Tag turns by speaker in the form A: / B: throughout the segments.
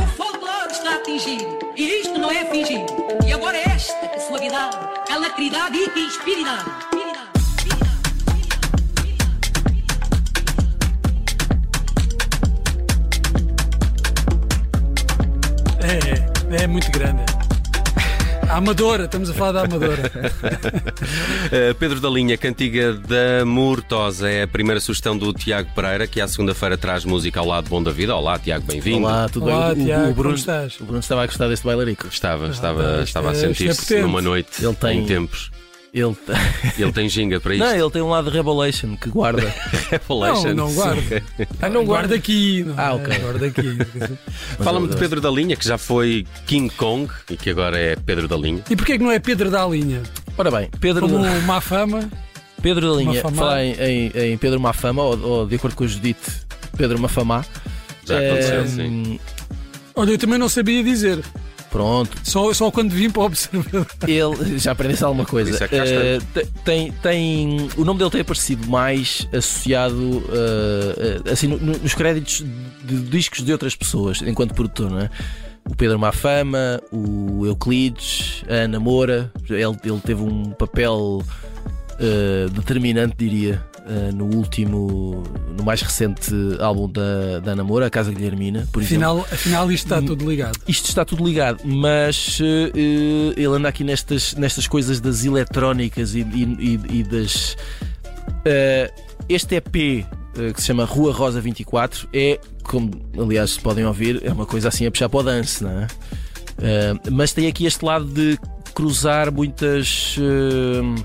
A: O folclore está a atingir, e isto não é fingir. E agora é esta que suavidade, alacridade e que inspiridade.
B: É, é muito grande. A Amadora, estamos a falar da Amadora.
C: Uh, Pedro da Linha, Cantiga da Murtosa é a primeira sugestão do Tiago Pereira, que à segunda-feira traz música ao lado Bom da Vida. Olá, Tiago, bem-vindo.
D: Olá, tudo
B: Olá,
D: bem? O-
B: Tiago,
D: o,
B: como
D: Bruno,
B: estás?
D: o Bruno estava a gostar deste bailarico.
C: Estava,
B: isto
C: estava,
B: é-
C: estava a
B: isto é
C: sentir-se
B: potente.
C: numa noite
D: Ele tem-
C: em tempos.
D: Ele, tá-
C: Ele tem ginga para isto. é
D: não, ele tem um lado Revelation que guarda.
C: Revelations.
B: Não, não guardo. Ah, não guarda aqui. Não,
D: Ah,
B: é?
D: ok.
B: Guarda aqui.
C: Fala-me de Pedro da Linha, que já foi King Kong e que agora é Pedro da Linha.
B: E porquê que não é Pedro da Linha?
D: Ora bem, Pedro,
B: Como má fama,
D: Pedro da Linha,
B: Mafamá.
D: falar em, em- em Pedro Mafama, ou, ou de acordo com o Judite, Pedro Ehm, Mafamá.
C: Já
D: É,
C: aconteceu,
D: hum,
C: sim.
B: olha, eu também não sabia dizer.
D: Pronto,
B: Só, só quando vim para o observador.
D: Ele já aprendesse alguma coisa.
C: Isso é que cá está.
D: Eh, te- tem, tem, o nome dele tem aparecido mais associado eh, eh, assim, no- no- nos créditos de discos de outras pessoas, enquanto produtor, não é? O Pedro Mafama, o Euclides, a Ana Moura. Ele, ele teve um papel eh, determinante, diria, eh, no último, no mais recente álbum da, da Ana Moura, A Casa Guilhermina, por exemplo.
B: Afinal, afinal, isto está tudo ligado.
D: Isto está tudo ligado, mas eh, eh, ele anda aqui nestas, nestas coisas das eletrónicas e, e- e- e das. Eh, este EP eh, que se chama Rua Rosa 24 é, como aliás se podem ouvir, é uma coisa assim a puxar para o dance, não é? Eh, mas tem aqui este lado de cruzar muitas eh,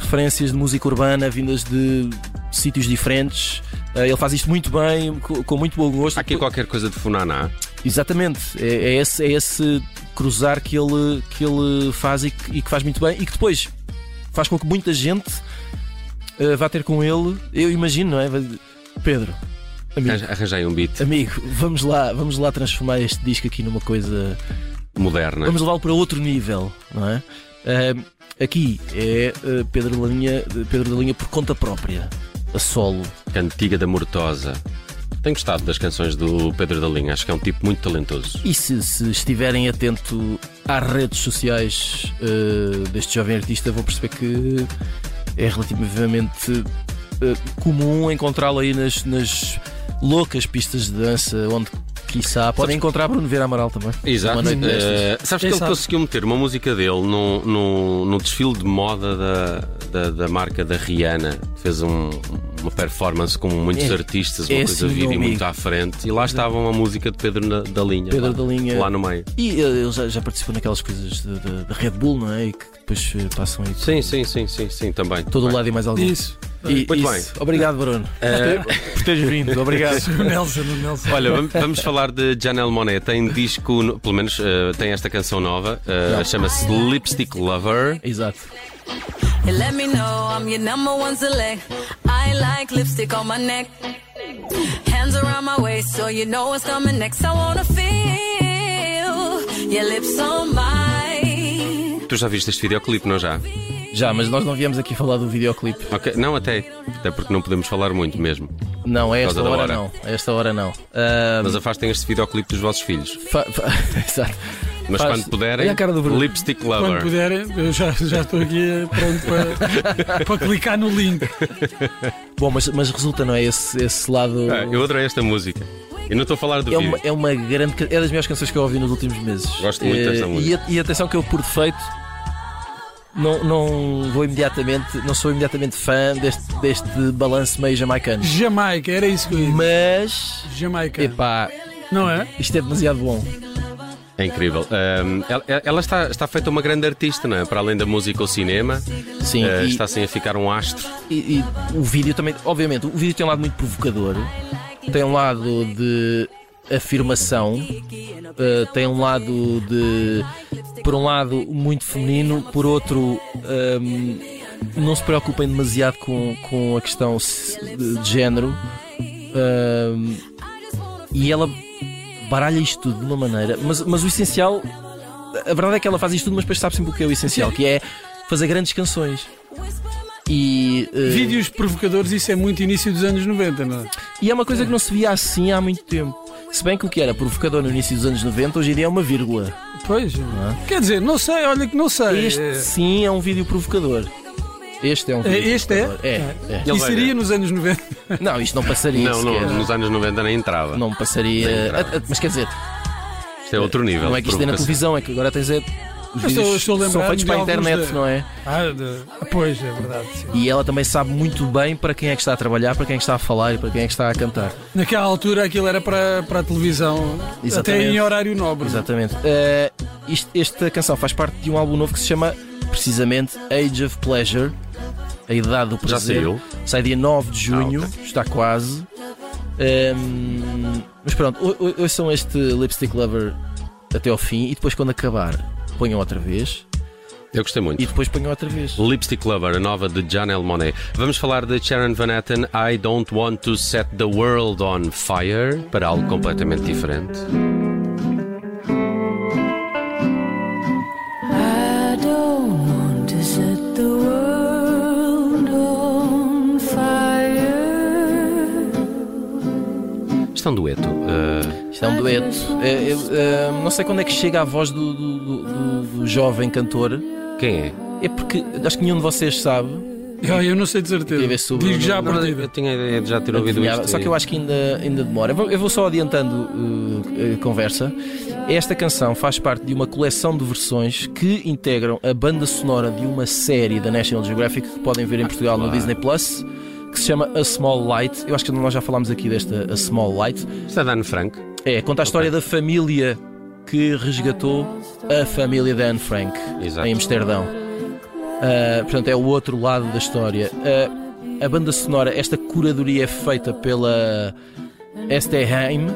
D: referências de música urbana vindas de sítios diferentes. Eh, ele faz isto muito bem, com, com muito bom gosto.
C: Há aqui qualquer coisa de Funaná.
D: Exatamente, é, é esse, é esse cruzar que ele, que ele faz e que, e que faz muito bem e que depois faz com que muita gente eh, vá ter com ele. Eu imagino, não é? Vai- Pedro, amigo,
C: Arran- Arranjei um beat
D: amigo, vamos lá, vamos lá transformar este disco aqui numa coisa.
C: moderno.
D: Vamos levá-lo para outro nível, não é? Ahm, aqui é eh, Pedro, da Linha, Pedro da Linha por conta própria, a solo.
C: Cantiga da Mortosa. Tenho gostado das canções do Pedro da Linha, acho que é um tipo muito talentoso.
D: E se, se estiverem atento às redes sociais eh, deste jovem artista, vou perceber que é relativamente eh, comum encontrá-lo aí nas, nas loucas pistas de dança, onde, quiçá, podem encontrar Bruno Vieira Amaral também.
C: Exato.
D: Uma noite
C: Eh, sabes
D: destas.
B: Quem
C: que ele
B: sabe?
C: conseguiu meter uma música dele num, num, num desfile de moda da, da, da marca da Rihanna. Fez um- uma performance com muitos
D: É,
C: artistas, uma
D: é esse
C: coisa
D: meu
C: vídeo
D: amigo.
C: muito à frente. E lá estava uma música de Pedro na- da Linha.
D: Pedro
C: lá,
D: da Linha.
C: Lá no meio.
D: E eh, ele já, já participou naquelas coisas de- de- da Red Bull, não é? E que depois eh, passam aí
C: Sim, sim, sim, sim, sim, também.
D: todo o
C: Bem,
D: lado e mais algum.
B: Isso.
D: E-
C: Muito Eh,
D: isso. Obrigado, Bruno, por, por teres vindo. Obrigado.
B: O Nelson, o Nelson.
C: Olha, vamos, vamos falar de Janelle Monet. Tem disco, no- pelo menos eh, tem esta canção nova, eh, chama-se Lipstick Lover.
D: Exato.
E: You let me know I'm your number one select. I like lipstick on my neck. Hands around my waist, so you know what's coming next. I wanna feel your lips on mine.
C: Tu já viste este videoclipe, não já?
D: Já, mas nós não viemos aqui falar do videoclipe.
C: Ok, não até, até porque não podemos falar muito mesmo.
D: Não, a esta
C: causa da
D: hora,
C: hora.
D: não. A esta hora não. Ah,
C: Mas afastem este videoclipe dos vossos filhos.
D: fa- fa- Exato.
C: Mas
D: Faz-
C: quando puderem,
D: Olha a cara do Bruno.
C: Lipstick
D: Tá
B: Quando
C: Lover.
B: puderem, eu já, já estou aqui pronto para, para clicar no link.
D: Bom, mas, mas resulta, não é? Esse, esse lado.
C: Ah, eu adorei esta música. Eu não estou a falar do
D: É
C: vídeo.
D: uma, é uma grande. ca- É das melhores canções que eu ouvi nos últimos meses.
C: Gosto muito desta
D: Eh, e,
C: música.
D: a- e atenção, que eu, por defeito, não, não vou imediatamente. Não sou imediatamente fã deste, deste balanço meio jamaicano.
B: Jamaica, era isso que eu ia dizer.
D: Mas.
B: Jamaica.
D: Epá,
B: Não é?
D: isto é demasiado bom.
C: É incrível. Ahm, ela ela está, está feita uma grande artista, não é? Para além da música, o cinema.
D: Sim,
C: Ah,
D: e-
C: está assim a ficar um astro.
D: E, e o vídeo também, obviamente, o vídeo tem um lado muito provocador, tem um lado de afirmação, eh, tem um lado de, por um lado, muito feminino, por outro, ehm, não se preocupem demasiado com, com a questão se- de, de género. ehm, e ela baralha isto tudo de uma maneira. Mas, mas o essencial, a verdade é que ela faz isto tudo, mas depois sabe sempre o que é o essencial, que é fazer grandes canções. E, eh,
B: Vídeos provocadores, isso é muito início dos anos 90, não é?
D: e é uma coisa que não se via assim há muito tempo. Se bem que o que era provocador no início dos anos 90, hoje em dia é uma vírgula.
B: Pois. Quer dizer, não sei, olha que não sei.
D: Este
B: É,
D: sim é um vídeo provocador. Este é um vídeo
B: Este é?
D: provocador. É, é.
B: E
C: Ele vai
B: seria
C: ver.
B: nos anos 90.
D: Não, isto não passaria
C: Não, não,
D: sequer.
C: nos anos 90 nem entrava.
D: Não passaria.
C: Não entrava.
D: Ah, ah, Mas quer dizer,
C: Isto é outro nível.
D: não é que isto é na
C: de provocação.
D: televisão, é que agora tens é. Os
B: Eu estou-
D: vídeos
B: estou a
D: são
B: lembrar-me
D: feitos
B: de
D: para a
B: alguns
D: internet,
B: de-
D: não é?
B: Ah, de- pois, é verdade. sim.
D: E ela também sabe muito bem para quem é que está a trabalhar, para quem é que está a falar e para quem é que está a cantar.
B: Naquela altura aquilo era para, para a televisão, até
D: Exatamente.
B: em horário nobre.
D: Exatamente. Eh, isto- esta canção faz parte de um álbum novo que se chama precisamente Age of Pleasure. A idade do
C: Já
D: prazer.
C: saiu.
D: Sai dia 9 de junho,
C: Ah,
D: está quase. Ehm, mas pronto, ou- ou- ouçam este Lipstick Lover até ao fim e depois quando acabar ponham outra vez
C: Eu gostei muito.
D: e depois ponham outra vez.
C: Lipstick Lover, a nova de Janelle Monet. Vamos falar de Sharon Van Etten, I Don't Want to Set the World on Fire, para algo completamente diferente.
E: I don't want to set the world on fire.
C: Isto é um dueto. eh,
D: Isto é um dueto. Eh, eu, eh, não sei quando é que chega a voz do, do- do- do- do jovem cantor.
C: quem é?
D: É porque acho que nenhum de vocês sabe.
B: Eu, eu não sei de
D: Queria
B: certeza.
D: ver se o
B: Digo
D: Bruno-
B: já à
D: Não,
B: partida.
C: Eu tinha a ideia de já ter ouvido
D: Adivinhava,
C: isto.
D: Só que eu acho que ainda, ainda demora. Eu vou, eu vou só adiantando uh, a conversa. Esta canção faz parte de uma coleção de versões que integram a banda sonora de uma série da National Geographic que podem ver em Portugal no Disney Plus. Que se chama A Small Light. Eu acho que nós já falámos aqui desta A Small Light.
C: Isto é Dan Frank.
D: É, conta a história da família que resgatou a família de Anne Frank
C: Exato.
D: em Amsterdão. Ah, portanto, é o outro lado da história. Ah, a banda sonora, esta curadoria é feita pela Esther Haim,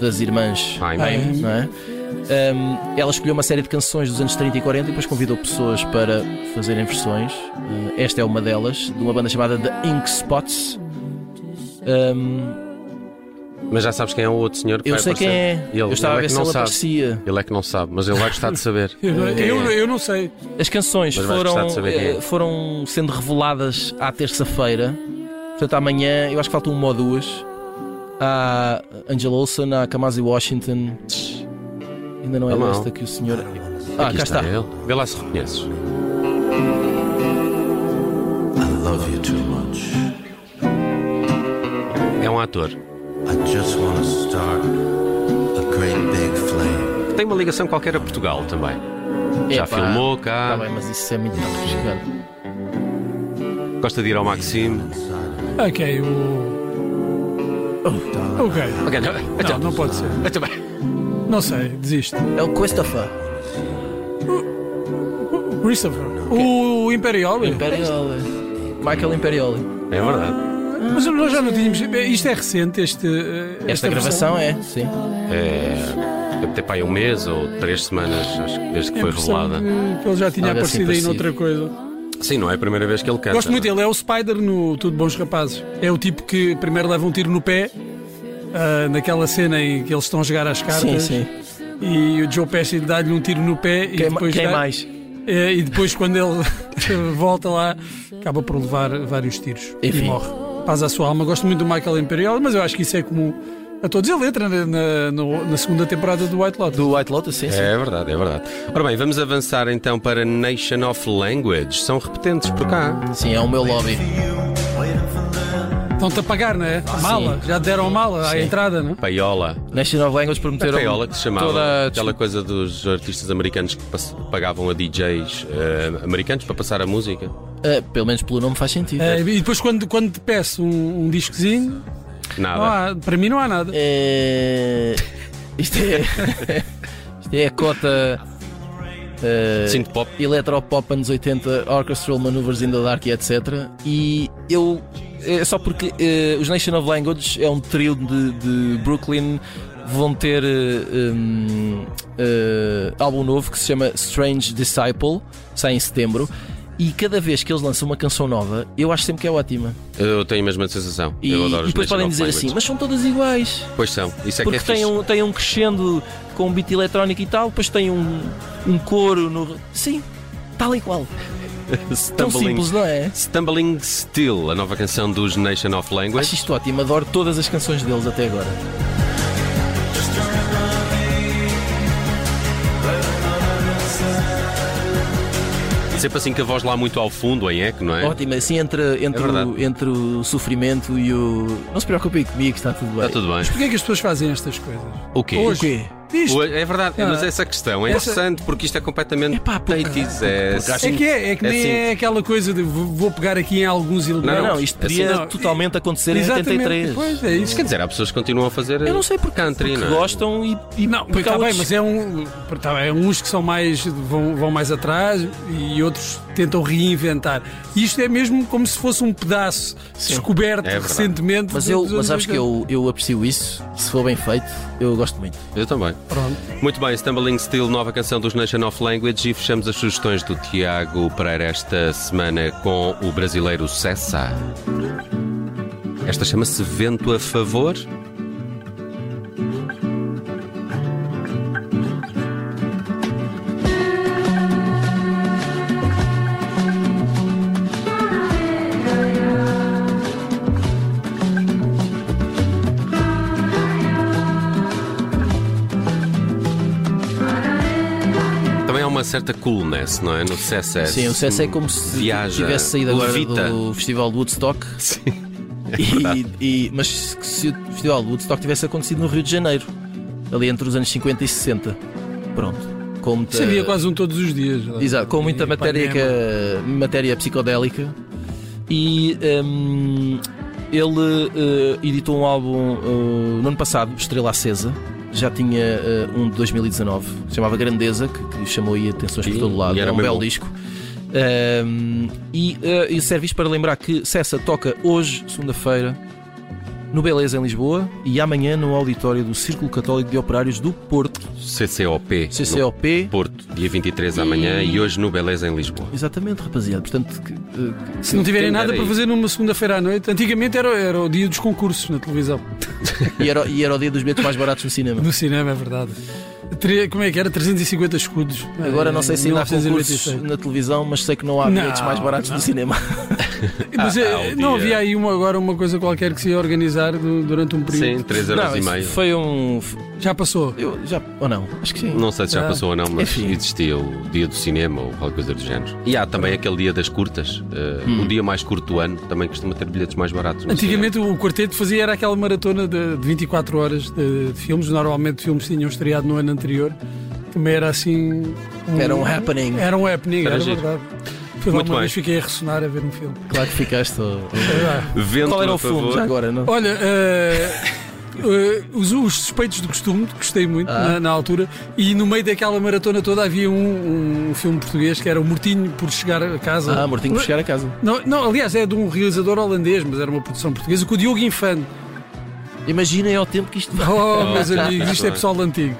D: das irmãs
C: Haim.
D: não é? Ahm, ela escolheu uma série de canções dos anos 30 e 40 e depois convidou pessoas para fazerem versões. Ah, esta é uma delas, de uma banda chamada The Ink Spots. Ah, Ahm,
C: Mas já sabes quem é o outro senhor que
D: eu
C: vai
D: sei quem é.
C: aparecer? Ele,
D: eu estava a
C: ele é que
D: ver se
C: não
D: ela
C: sabe.
D: aparecia.
C: Ele é que não sabe, mas ele vai gostar de saber.
B: Eu, não-
C: Quem é?
B: eu, eu não sei.
D: As canções
C: Mas vais gostar
D: foram,
C: de saber quem é.
D: eh, foram sendo reveladas à terça-feira. Portanto, amanhã, eu acho que faltam uma ou duas. Há Angela Olsen, há Kamasi Washington. Ainda não é
C: Tá mal.
D: esta que o senhor. Ah,
C: Aqui
D: cá está.
C: é ele. Vê lá se reconheces.
F: I love you too much.
C: É um ator.
F: I just want to start a great big flame.
C: Tem uma ligação qualquer a Portugal também. é? Já
D: Epá,
C: filmou cá.
D: Tá bem, mas isso é muito arriscado.
C: Gosta de ir ao Maxime.
B: Ok, o. Ok.
C: Ok,
B: Não,
C: Então.
B: não pode ser.
C: Muito bem.
B: Não sei, desisto.
D: É o Christopher.
B: Christopher. O Imperioli.
D: Imperioli. Michael Imperioli.
C: É verdade.
B: Mas nós já não tínhamos. Isto é recente, este. eh,
D: Esta
B: versão.
D: gravação é, sim.
C: É, deve ter para aí um mês ou três semanas, acho que desde que
B: É A
C: foi
B: impressão
C: revelada.
B: que Ele já tinha
D: Algo assim
B: aparecido aí
D: parecido.
B: noutra coisa.
C: Sim, não é a primeira vez que ele canta.
B: Gosto muito dele, é o Spider no Tudo Bons Rapazes. É o tipo que primeiro leva um tiro no pé, ah, naquela cena em que eles estão a jogar às
D: Sim,
B: cartas.
D: sim.
B: E o Joe Pesci dá-lhe um tiro no pé e
D: Quem,
B: depois.
D: quem
B: dá-
D: mais?
B: É, e depois, quando ele volta lá, acaba por levar vários tiros
D: Enfim.
B: e morre. Paz à sua alma. Gosto muito do Michael Imperial, mas eu acho que isso é comum a todos. Ele entra na, na- no- na segunda temporada do White Lotus.
D: Do White Lotus, sim, sim.
C: É verdade, é verdade. Ora bem, vamos avançar então para Nation of Language. São repetentes por cá.
D: Sim, é o meu lobby.
B: Estão-te a pagar, não
D: Ah,
B: é? A mala. Já te deram a mala à entrada, não é?
C: Paiola.
D: National Language
C: A
D: prometeram.
C: paiola que se chamava.
D: toda a
C: Aquela coisa dos artistas americanos que pass- pagavam a DJs eh, americanos para passar a música.
D: Ah, pelo menos pelo nome faz sentido.
B: É, e depois, quando, quando te peço um, um discozinho,
D: Ah,
B: não
C: Nada.
B: há- para mim não há nada.
D: É... Isto é. Isto é a cota. eh,
C: Synth pop.
D: Electropop anos 80, Orchestral Maneuvers in the Dark e etc. E eu. É só porque eh, os Nation of Language é um trio de, de Brooklyn. Vão ter eh, um, eh, álbum novo que se chama Strange Disciple, sai em setembro. E cada vez que eles lançam uma canção nova, eu acho sempre que é ótima.
C: Eu tenho a mesma sensação.
D: E,
C: eu adoro
D: e
C: os
D: depois podem
C: National
D: dizer
C: Language.
D: assim, mas são todas iguais.
C: Pois são, isso é
D: Porque
C: que é fixe.
D: tem, um, tem um crescendo com um beat eletrónico e tal, depois tem um, um coro no. Sim, tal e qual. Tão
C: Stumbling,
D: simples, não é?
C: Stumbling Still, a nova canção dos Nation of
D: Acho
C: Language.
D: isto ótimo, adoro todas as canções deles até agora.
C: Sempre assim com a voz lá muito ao fundo, em eco, não é?
D: Ótimo, assim entre, entre,
C: É
D: o,
C: verdade.
D: entre o sofrimento e o. Não se preocupem comigo, está tudo bem.
C: Está tudo bem.
B: Porquê é que as pessoas fazem estas coisas?
C: O quê?
D: O quê?
B: Isto.
C: O- É verdade,
B: Ah.
C: mas essa questão é
B: Essa-
C: interessante porque isto é completamente.
D: Epá, porque-
C: 80s, é,
B: É
C: assim-
B: que é, é que nem
C: assim.
B: é aquela coisa de vou vou pegar aqui em alguns elementos.
D: Não,
C: Não,
D: não, isto
C: assim
D: podia
B: não.
D: totalmente acontecer
B: Exatamente.
D: em 83.
B: Pois é isso.
C: Quer dizer, há pessoas que continuam a fazer.
D: Eu não sei porque,
C: Country,
D: porque
C: não é?
D: gostam e, e
B: Não,
D: porque
B: está
D: há
B: bem,
D: outros-
B: mas é um. Tá bem, há uns que são mais. Vão, vão mais atrás e outros tentam reinventar. Isto é mesmo como se fosse um pedaço descoberto
C: É verdade.
B: recentemente.
D: Mas
B: dos
D: eu,
B: anos
D: mas sabes que
B: 80.
D: eu, eu aprecio isso, se for bem feito, eu gosto muito.
C: Eu também.
B: Pronto.
C: Muito bem, Stumbling Still, nova canção dos Nation of Language e fechamos as sugestões do Tiago Pereira esta semana com o brasileiro Cessa. Esta chama-se Vento a Favor. Também há uma certa coolness, não é? No Cessa.
D: Sim, o CS é como se
C: Hum, Viaja,
D: tivesse saído agora
C: levita.
D: do Festival de Woodstock.
C: Sim. é
D: E, e- mas se se o Festival de Woodstock tivesse acontecido no Rio de Janeiro, ali entre os anos 50 e 60. Pronto. Com muita,
B: Isso havia quase um todos os dias.
D: eh, Exato, com muita
B: E
D: matéria,
B: Ipanema.
D: que- matéria psicodélica. E hum, ele eh, editou um álbum eh, no ano passado, Estrela Acesa. Já tinha eh, um de 2019, que se chamava Grandeza, que, que chamou aí atenções por
C: E-
D: todo lado.
C: e era
D: é um
C: mesmo
D: belo
C: bom.
D: disco. Hum, e, eh, e serve isto para lembrar que Cessa toca hoje, segunda-feira, no Beleza, em Lisboa, e amanhã no auditório do Círculo Católico de Operários do Porto,
C: CCOP. no
D: CCOP.
C: Porto, dia 23 amanhã e hoje no Beleza, em Lisboa.
D: Exatamente, rapaziada. Portanto, que- eh, que-
B: Se não tiverem
C: Quem
B: nada
C: dera
B: para
C: aí.
B: fazer numa segunda-feira à noite, antigamente era, era o dia dos concursos na televisão.
D: Então. E era, e era o dia dos bilhetes mais baratos no cinema.
B: No cinema, é verdade. Tre- Como é que era? 350 escudos.
D: Agora não sei se ainda há concursos
B: 1996.
D: na televisão, mas sei que não há
B: Não,
D: bilhetes mais baratos
B: não.
D: no cinema. né?
B: Mas
C: Ah,
B: eh,
C: há um
B: não
C: dia.
B: havia aí uma, agora uma coisa qualquer que se ia organizar du- durante um
C: Sim,
B: período.
C: 3 horas
D: não,
C: e
D: isso
C: meia.
D: foi um.
B: Já passou.
D: Eu já. Ou não? Acho que sim.
C: Não sei se já
B: Ah.
C: passou ou não, mas
D: Enfim.
C: existia o dia do cinema ou qualquer coisa do género. E há também aquele dia das curtas, eh,
D: Hum.
C: o dia mais curto do ano, também costuma ter bilhetes mais baratos. no
B: Antigamente o quarteto fazia era aquela maratona de, de 24 horas de, de filmes. Normalmente filmes tinham estreado no ano anterior. Também era assim.
D: Era um happening.
B: Era um happening,
C: Era
B: era,
C: giro.
B: verdade. Foi lá
C: Muito
B: uma
C: bem.
B: vez fiquei a ressonar a ver um filme.
D: Claro que ficaste. oh, oh.
B: Ah,
C: cinema. Vento
D: Qual era
C: a
D: o filme?
C: favor.
D: Já agora, não?
B: Olha, eh, eh, os, os suspeitos do costume, que gostei muito
D: Ah.
B: na, na altura, e no meio daquela maratona toda havia um, um filme português que era O Mortinho por Chegar a Casa.
D: Ah, mortinho por chegar a casa.
B: Não, não, aliás, é de um realizador holandês, mas era uma produção portuguesa, com o Diogo Infante.
D: Imaginem ao tempo que isto vai.
B: Oh, meus amigos, isto é
C: bem.
B: pessoal antigo.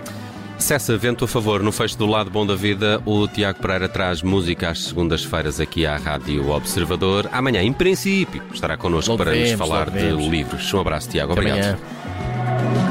C: Cessa Vento a favor. No fecho do lado bom da vida, o Tiago Pereira traz música às segundas-feiras aqui à Rádio Observador. Amanhã, em princípio, estará connosco
D: Logo
C: para
D: vemos,
C: nos falar
D: logo
C: de
D: vemos.
C: livros. Um abraço, Tiago.
D: Até
C: Obrigado.
D: amanhã.